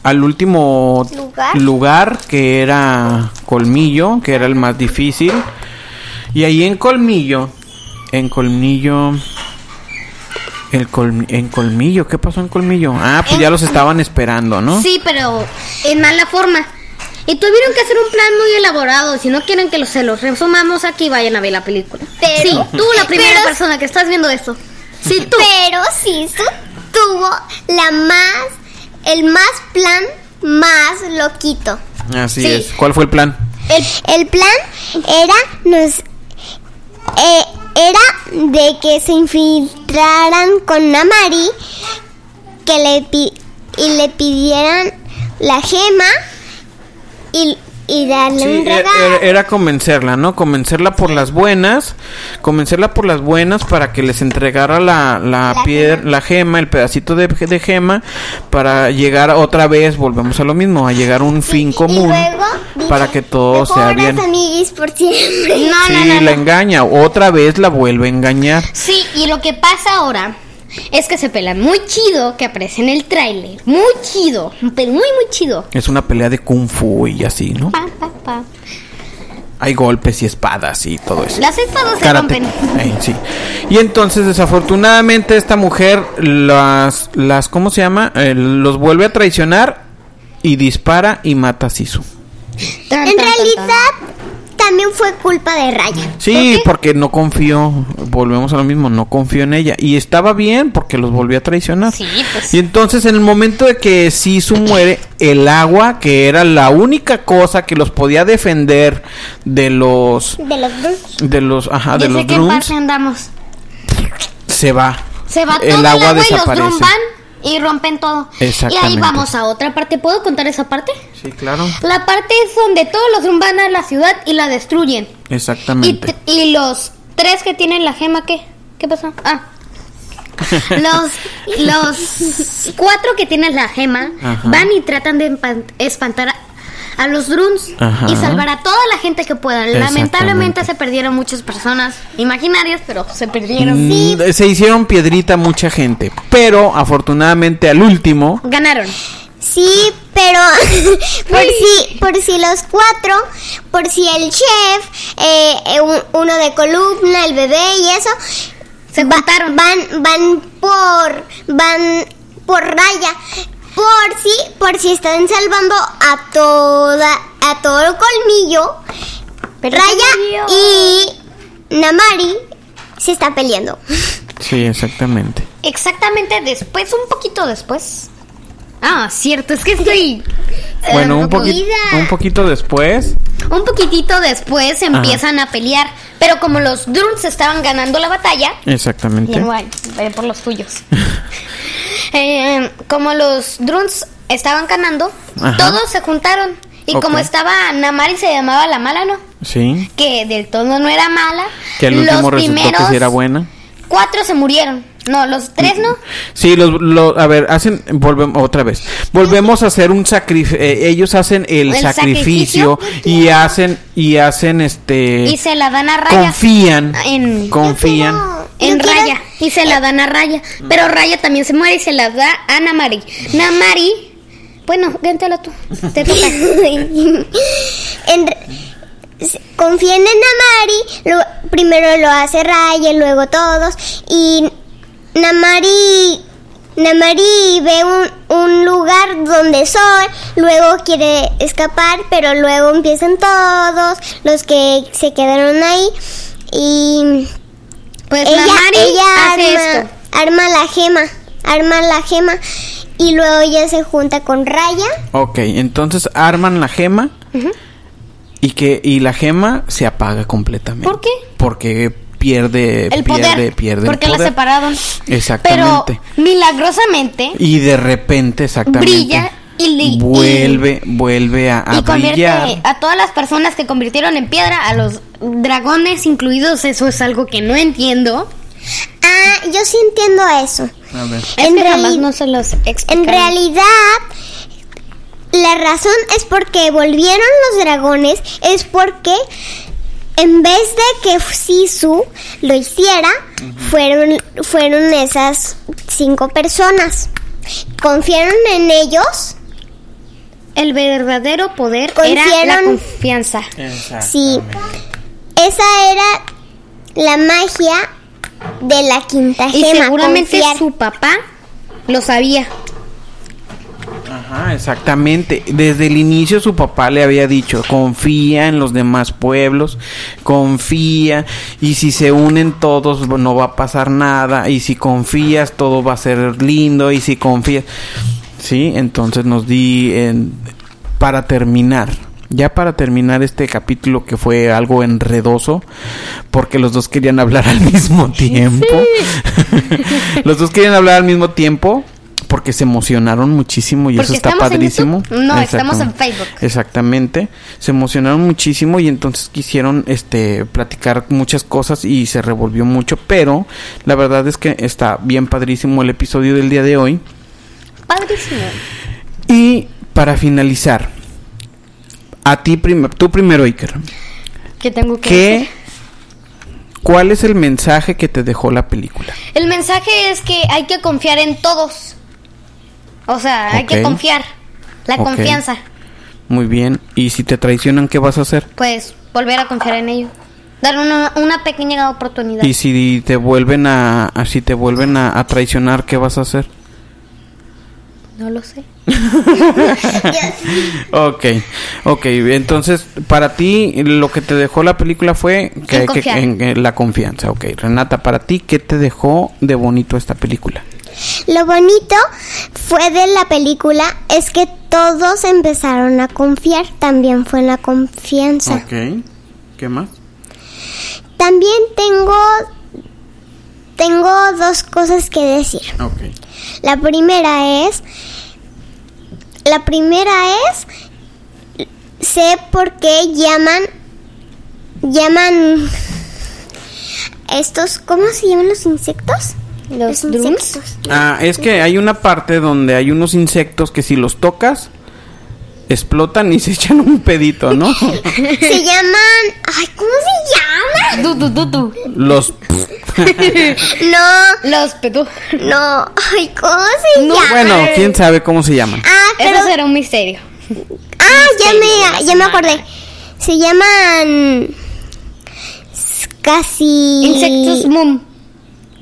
S1: al último
S2: Lugar.
S1: lugar, que era Colmillo, que era el más difícil. Y ahí en Colmillo, en Colmillo el colm- en Colmillo, ¿qué pasó en Colmillo? Ah, pues ya los estaban esperando, ¿no?
S3: Sí, pero en mala forma. Y tuvieron que hacer un plan muy elaborado. Si no quieren que los, se los resumamos aquí, vayan a ver la película.
S2: Pero-
S3: sí, tú la primera
S2: pero-
S3: persona que estás viendo esto. Sí, tú.
S2: Pero Sisu tuvo la más, el más plan más loquito.
S1: Así
S3: sí.
S1: es. ¿Cuál fue el plan?
S2: El, el plan era nos eh, era de que se infiltraran con Namari que le pi- y le pidieran la gema y, y darle
S1: Sí,
S2: un
S1: era,
S2: regalo.
S1: era- era convencerla, ¿no? Convencerla por las buenas, convencerla por las buenas para que les entregara la, la,
S2: La
S1: piedra, la gema, el pedacito de, de gema, para llegar otra vez, volvemos a lo mismo, a llegar a un fin
S2: Y- y
S1: común,
S2: luego dice,
S1: para que todo
S2: "Mejor
S1: Oh, sea
S2: las
S1: bien.
S2: amiguis por siempre.
S3: No,
S1: sí,
S3: no,
S1: la
S3: no, no.
S1: engaña, otra vez la vuelve a engañar.
S3: Sí, y lo que pasa ahora es que se pelan muy chido, que aparece en el tráiler. Muy chido, pero muy, muy chido.
S1: Es una pelea de kung fu y así, ¿no?
S3: Pa, pa, pa.
S1: Hay golpes y espadas y todo eso.
S3: Las espadas se
S1: Karate.
S3: rompen.
S1: Ahí, sí. Y entonces, desafortunadamente, esta mujer las, las ¿cómo se llama? Eh, los vuelve a traicionar y dispara y mata a Sisu.
S3: Tan,
S2: En
S3: tan, tan, tan.
S2: realidad, tan, también fue culpa de Raya.
S1: Sí, porque no confío, volvemos a lo mismo, no confío en ella. Y estaba bien porque los volvió a traicionar.
S3: Sí, pues.
S1: Y entonces en el momento de que Sisu muere, el agua, que era la única cosa que los podía defender de los...
S2: De los dos.
S1: De los, ajá, de
S3: Ya sé
S1: los
S3: qué
S1: drums,
S3: parte andamos.
S1: se va.
S3: Se va todo
S1: el agua
S3: y los
S1: desaparece.
S3: drum van y rompen todo. Y ahí
S1: Exactamente.
S3: vamos a otra parte. ¿Puedo contar esa parte?
S1: Sí, claro.
S3: La parte es donde todos los drum van a la ciudad y la destruyen. Y,
S1: Exactamente.
S3: t- y los tres que tienen la gema, ¿qué? ¿Qué pasó? Ah. Los, los cuatro que tienen la gema
S1: Ajá.
S3: van y tratan de empan- espantar a, a los drums
S1: Ajá.
S3: y salvar a toda la gente que puedan.
S1: Exactamente.
S3: Lamentablemente se perdieron muchas personas imaginarias, pero se perdieron. Sí,
S1: Mm, Se hicieron piedrita mucha gente. Pero afortunadamente al último...
S3: ganaron.
S2: Sí, pero por si por si los cuatro, por si el chef, eh, eh, un- uno de columna, el bebé y eso,
S3: Se
S2: va-
S3: juntaron.
S2: van van por van por raya, por si por si están salvando a toda a todo el colmillo, raya y Namari se están peleando.
S1: Sí, exactamente.
S3: Exactamente después, un poquito después. Ah, cierto, es que estoy. eh,
S1: Bueno, un, poquito
S3: confundida.
S1: un poquito después.
S3: Un poquitito después empiezan a pelear, pero como los Druns estaban ganando la batalla,
S1: Exactamente.
S3: igual, ve por los tuyos. Eh, como los Druns estaban ganando,
S1: Ajá.
S3: todos se juntaron. Y
S1: Ok.
S3: como estaba Namari se llamaba la mala, ¿no?
S1: Sí.
S3: Que del todo no era mala.
S1: Que al último
S3: los
S1: resultó que
S3: primeros
S1: sí era buena. Mm,
S3: Cuatro se murieron. No, los tres no.
S1: Sí, los, lo- a ver, hacen, volvemos otra vez. Volvemos a hacer un sacrificio. ellos hacen el,
S3: El
S1: sacrificio,
S3: sacrificio.
S1: y hacen, y hacen este.
S3: Y se la dan a Raya.
S1: confían,
S3: En-
S1: confían.
S3: En
S2: Yo quiero-
S3: Raya. Y se la dan a Raya. Pero Raya también se muere y se la da a Namari. Namari. Bueno, véntela tú. Te toca.
S2: en- se- confían en Namari, lo- primero lo hace Raya, luego todos, y Namari, Namari ve un, un lugar donde Sol, luego quiere escapar, pero luego empiezan todos los que se quedaron ahí, y
S3: Pues
S2: ella,
S3: Namari
S2: ella
S3: hace
S2: arma,
S3: esto.
S2: arma la gema, arma la gema, y luego ella se junta con Raya.
S1: Ok, entonces arman la gema y que y la gema se apaga completamente.
S3: ¿Por qué?
S1: Porque pierde,
S3: El
S1: pierde,
S3: poder.
S1: pierde. el
S3: porque la
S1: poder.
S3: separaron.
S1: Exactamente.
S3: Pero milagrosamente
S1: Y de repente, exactamente.
S3: Brilla y li-
S1: Vuelve, vuelve a, a
S3: y convierte
S1: brillar.
S3: a todas las personas que convirtieron en piedra, a los dragones incluidos. Eso es algo que no entiendo.
S2: Ah, yo sí entiendo eso.
S1: A ver.
S3: Es
S2: En
S3: que Este jamás
S2: reali-
S3: no se los
S2: En
S3: explicaron.
S2: realidad, la razón es porque volvieron los dragones, es porque en vez de que Sisu lo hiciera, fueron, fueron esas cinco personas. Confiaron en ellos,
S3: El verdadero poder era la
S2: Confiaron-
S3: confianza.
S2: sí. Esa era la magia de la quinta
S3: Y
S2: gema.
S3: seguramente
S2: confiar.
S3: su papá lo sabía.
S1: Ajá, Ah, exactamente. Desde el inicio su papá le había dicho, confía en los demás pueblos, confía, y si se unen todos no va a pasar nada, y si confías todo va a ser lindo, y si confías... Sí, entonces nos di en- para terminar. Ya para terminar este capítulo que fue algo enredoso, porque los dos querían hablar al mismo tiempo. los dos querían hablar al mismo tiempo porque se emocionaron muchísimo y
S3: Porque
S1: eso está
S3: estamos en
S1: padrísimo.
S3: YouTube. No, estamos en
S1: Exactamente.
S3: Facebook.
S1: Exactamente. Se emocionaron muchísimo y entonces quisieron este platicar muchas cosas y se revolvió mucho, pero la verdad es que está bien padrísimo el episodio del día de hoy.
S3: Padrísimo.
S1: Y para finalizar, a ti prim- tú primero Iker,
S3: Que tengo que
S1: ¿qué
S3: decir.
S1: cuál es el mensaje que te dejó la película?
S3: El mensaje es que hay que confiar en todos. O sea, hay que
S1: Ok.
S3: confiar. La
S1: Ok.
S3: confianza.
S1: Muy bien, y si te traicionan, ¿qué vas a hacer?
S3: Pues volver a confiar en ello. Dar una, una pequeña oportunidad.
S1: Y si te vuelven a, a- si te vuelven a, a traicionar, ¿qué vas a hacer?
S2: No lo sé.
S1: Ok, ok. Entonces, para ti, lo que te dejó la película fue que,
S3: En
S1: que-
S3: confiar.
S1: en- en la confianza. Ok, Renata, para ti, ¿qué te dejó de bonito esta película?
S2: Lo bonito fue de la película es que todos empezaron a confiar. También fue la confianza.
S1: Ok, ¿qué más?
S2: También tengo tengo dos cosas que decir.
S1: Ok.
S2: La primera es la primera es sé por qué llaman llaman estos ¿cómo se llaman los insectos? Los, insectos.
S1: Ah, es que hay una parte donde hay unos insectos que si los tocas, explotan y se echan un pedito, ¿no?
S2: Se llaman, ay, ¿cómo se llaman?
S3: Du, du, du, du.
S1: Los...
S2: No,
S3: Los petu.
S2: No, ay, ¿cómo se
S3: No,
S2: llama?
S1: Bueno, quién sabe cómo se llaman.
S2: Ah, pero.
S3: Eso será un misterio.
S2: Ah, ya
S3: este,
S2: me, ya me acordé. Se llaman. s- Casi.
S3: Insectos mum.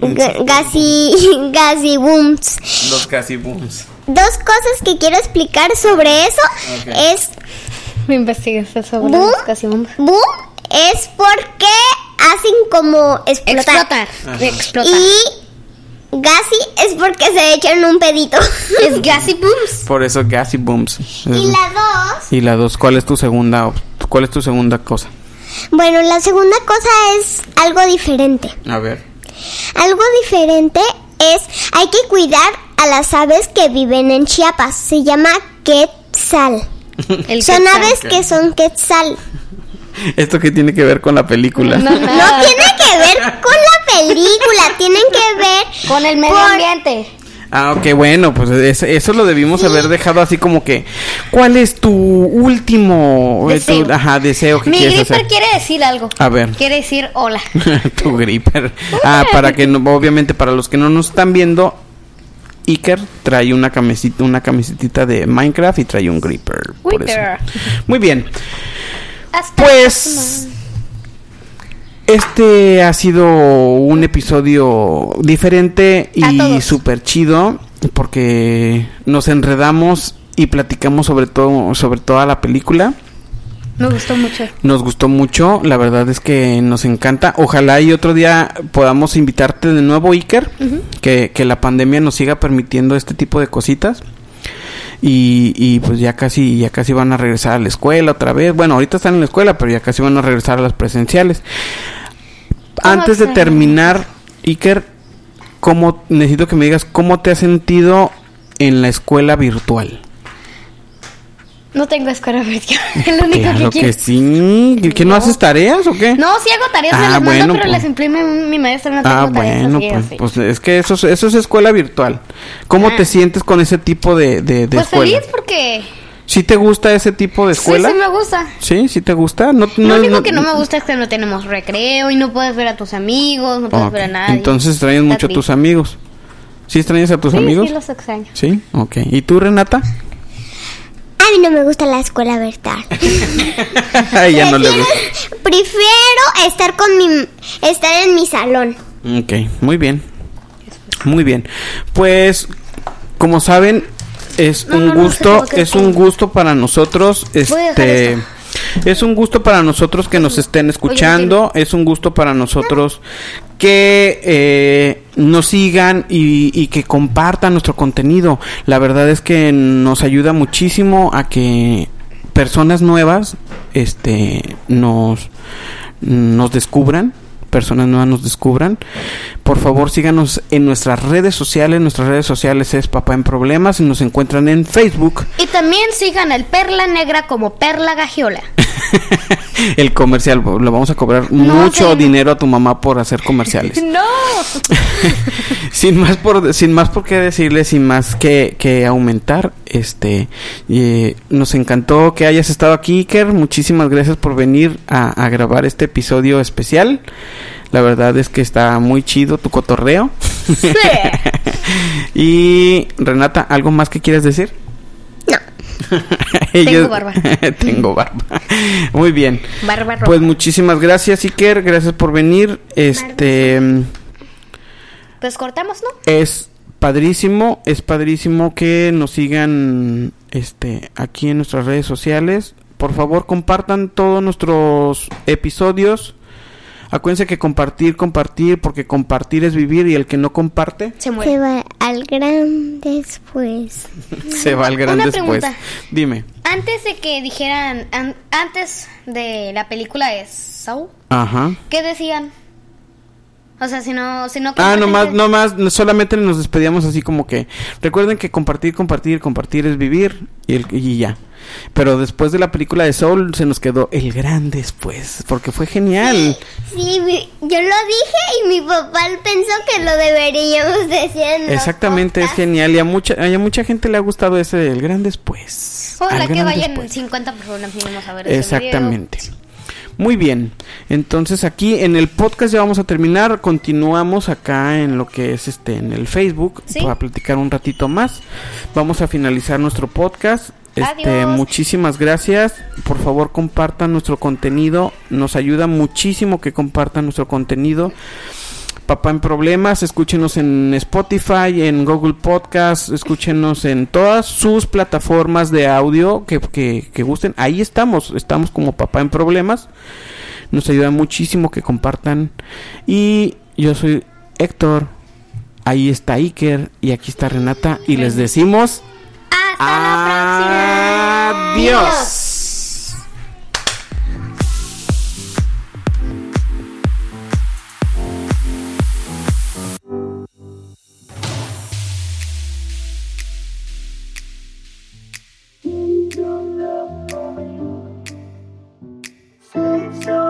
S2: g- Casi. Casi booms.
S1: Los casi booms.
S2: Dos cosas que quiero explicar sobre eso
S1: Ok.
S2: es.
S3: Me investigas eso.
S2: Boom.
S3: bueno, Casi mum.
S2: Boom es porque hacen como explotar.
S3: Explotar. Explotar.
S2: Y. Gasi es porque se echan un pedito.
S3: Es gas y booms.
S1: Por eso casi booms.
S2: y la dos.
S1: Y la dos, ¿cuál es tu segunda, op- cuál es tu segunda cosa?
S2: Bueno, la segunda cosa es algo diferente.
S1: A ver.
S2: Algo diferente es hay que cuidar a las aves que viven en Chiapas. Se llama quetzal.
S3: El
S2: Son
S3: quetzal.
S2: aves que son quetzal.
S1: ¿Esto qué tiene que ver con la película?
S3: No, no.
S1: Ah.
S2: No tiene que ver con la película, tienen que ver
S3: Con el medio
S2: por-
S3: ambiente.
S1: Ah, ok, bueno, pues es- eso lo debimos haber dejado así como que, ¿cuál es tu último eh, tu-
S3: Deseo.
S1: ajá, deseo que
S3: Mi
S1: quieres
S3: gripper
S1: hacer?
S3: quiere decir algo.
S1: A ver.
S3: Quiere decir hola.
S1: tu gripper. Ah, para que no, obviamente para los que no nos están viendo, Iker trae una camisita, una camisetita de Minecraft y trae un gripper. por eso.
S3: Gripper.
S1: Muy bien,
S3: Hasta
S1: pues este ha sido un episodio diferente
S3: A
S1: y
S3: todos.
S1: súper chido porque nos enredamos y platicamos sobre todo sobre toda la película.
S3: Me gustó mucho.
S1: Nos gustó mucho, la verdad es que nos encanta. Ojalá y otro día podamos invitarte de nuevo, Iker, que, que la pandemia nos siga permitiendo este tipo de cositas. Y, y pues ya casi, ya casi van a regresar a la escuela otra vez. Bueno, ahorita están en la escuela, pero ya casi van a regresar a las presenciales.
S3: Oh,
S1: Antes de
S3: extraño?
S1: terminar, Iker, ¿cómo, necesito que me digas cómo te has sentido en la escuela virtual.
S3: No tengo escuela virtual. Es lo único
S1: Claro
S3: que
S1: que
S3: quiero.
S1: sí. ¿Que no.
S3: No.
S1: haces tareas o qué?
S3: No, sí hago tareas,
S1: Ah,
S3: me las
S1: bueno,
S3: mando, pero
S1: pues.
S3: las imprime mi maestra. No tengo
S1: Ah,
S3: tareas
S1: bueno,
S3: así,
S1: pues,
S3: así.
S1: pues es que eso, es- eso es escuela virtual. ¿Cómo te sientes con ese tipo de, de, de
S3: Ah. Pues
S1: escuela?
S3: feliz porque
S1: ¿Sí te gusta ese tipo de escuela?
S3: sí, sí me gusta.
S1: ¿Sí? ¿Sí te gusta? No,
S3: Lo único que no me gusta es que no tenemos recreo y no puedes ver a tus amigos, no puedes
S1: Ok,
S3: ver a nadie.
S1: Entonces extrañas
S3: Está
S1: mucho a tus
S3: triste.
S1: amigos. ¿Sí extrañas a tus
S3: Sí,
S1: amigos?
S3: Sí, los extraño.
S1: Sí, ok. ¿Y tú, Renata?
S2: A mí no me gusta la escuela verdad.
S1: Ay, ya no le
S2: Prefiero-
S1: gusta.
S2: Prefiero estar con mi estar en mi salón.
S1: Ok, muy bien. Muy bien. Pues, como saben, es
S3: No,
S1: un
S3: no, no,
S1: gusto,
S3: se te va a
S1: es un
S3: caer.
S1: gusto para nosotros.
S3: Voy a dejar
S1: Este. Es un gusto para nosotros que nos estén escuchando, es un gusto para nosotros que eh, nos sigan y, y que compartan nuestro contenido. La verdad es que nos ayuda muchísimo a que personas nuevas este, nos, nos descubran, personas nuevas nos descubran. Por favor, síganos en nuestras redes sociales. Nuestras redes sociales es Papá en Problemas y nos encuentran en Facebook.
S3: Y también sigan al Perla Negra como Perla Gagiola.
S1: El comercial, lo vamos a cobrar mucho
S3: sí, no.
S1: dinero a tu mamá por hacer comerciales.
S3: ¡No!
S1: sin más por sin más por qué decirle sin más que, que aumentar este eh, nos encantó que hayas estado aquí Iker muchísimas gracias por venir a, a grabar este episodio especial la verdad es que está muy chido tu cotorreo
S3: Sí.
S1: y Renata algo más que quieres decir no
S3: Tengo barba.
S1: tengo barba muy bien
S3: Bárbaro.
S1: pues muchísimas gracias Iker gracias por venir este
S3: Pues cortamos, ¿no?
S1: es padrísimo, es padrísimo que nos sigan este aquí en nuestras redes sociales. Por favor, compartan todos nuestros episodios. Acuérdense que compartir, compartir, porque compartir es vivir y el que no comparte
S3: Se muere.
S2: Se va al gran después.
S1: se va al gran
S3: Una
S1: después.
S3: pregunta.
S1: Dime.
S3: Antes de que dijeran, an- antes de la película de Saw,
S1: Ajá.
S3: ¿qué decían? O sea, si no, si no.
S1: Ah,
S3: comparten-
S1: nomás, nomás, solamente nos despedíamos así como que. Recuerden que compartir, compartir, compartir es vivir y, el- y ya. Pero después de la película de Soul se nos quedó el gran después, porque fue genial.
S2: Sí, mi- yo lo dije y mi papá pensó que lo deberíamos decir. en los
S1: Exactamente, es
S2: podcasts.
S1: genial y a mucha, y a mucha gente le ha gustado ese del gran después.
S3: Ojalá
S1: Al
S3: que
S1: gran
S3: vayan
S1: después.
S3: 50 personas mínimo a ver este ese
S1: Exactamente. Muy bien. Entonces aquí en el podcast ya vamos a terminar. Continuamos acá en lo que es este en el Facebook
S3: Sí.
S1: para platicar un ratito más. Vamos a finalizar nuestro podcast. Este,
S3: Adiós.
S1: muchísimas gracias. Por favor, compartan nuestro contenido. Nos ayuda muchísimo que compartan nuestro contenido. Papá en Problemas, escúchenos en Spotify, en Google Podcast, escúchenos en todas sus plataformas de audio que, que- que gusten. Ahí estamos, estamos como Papá en Problemas. Nos ayuda muchísimo que compartan. Y yo soy Héctor, ahí está Iker y aquí está Renata y les decimos
S3: Hasta la próxima.
S1: adiós.
S3: video.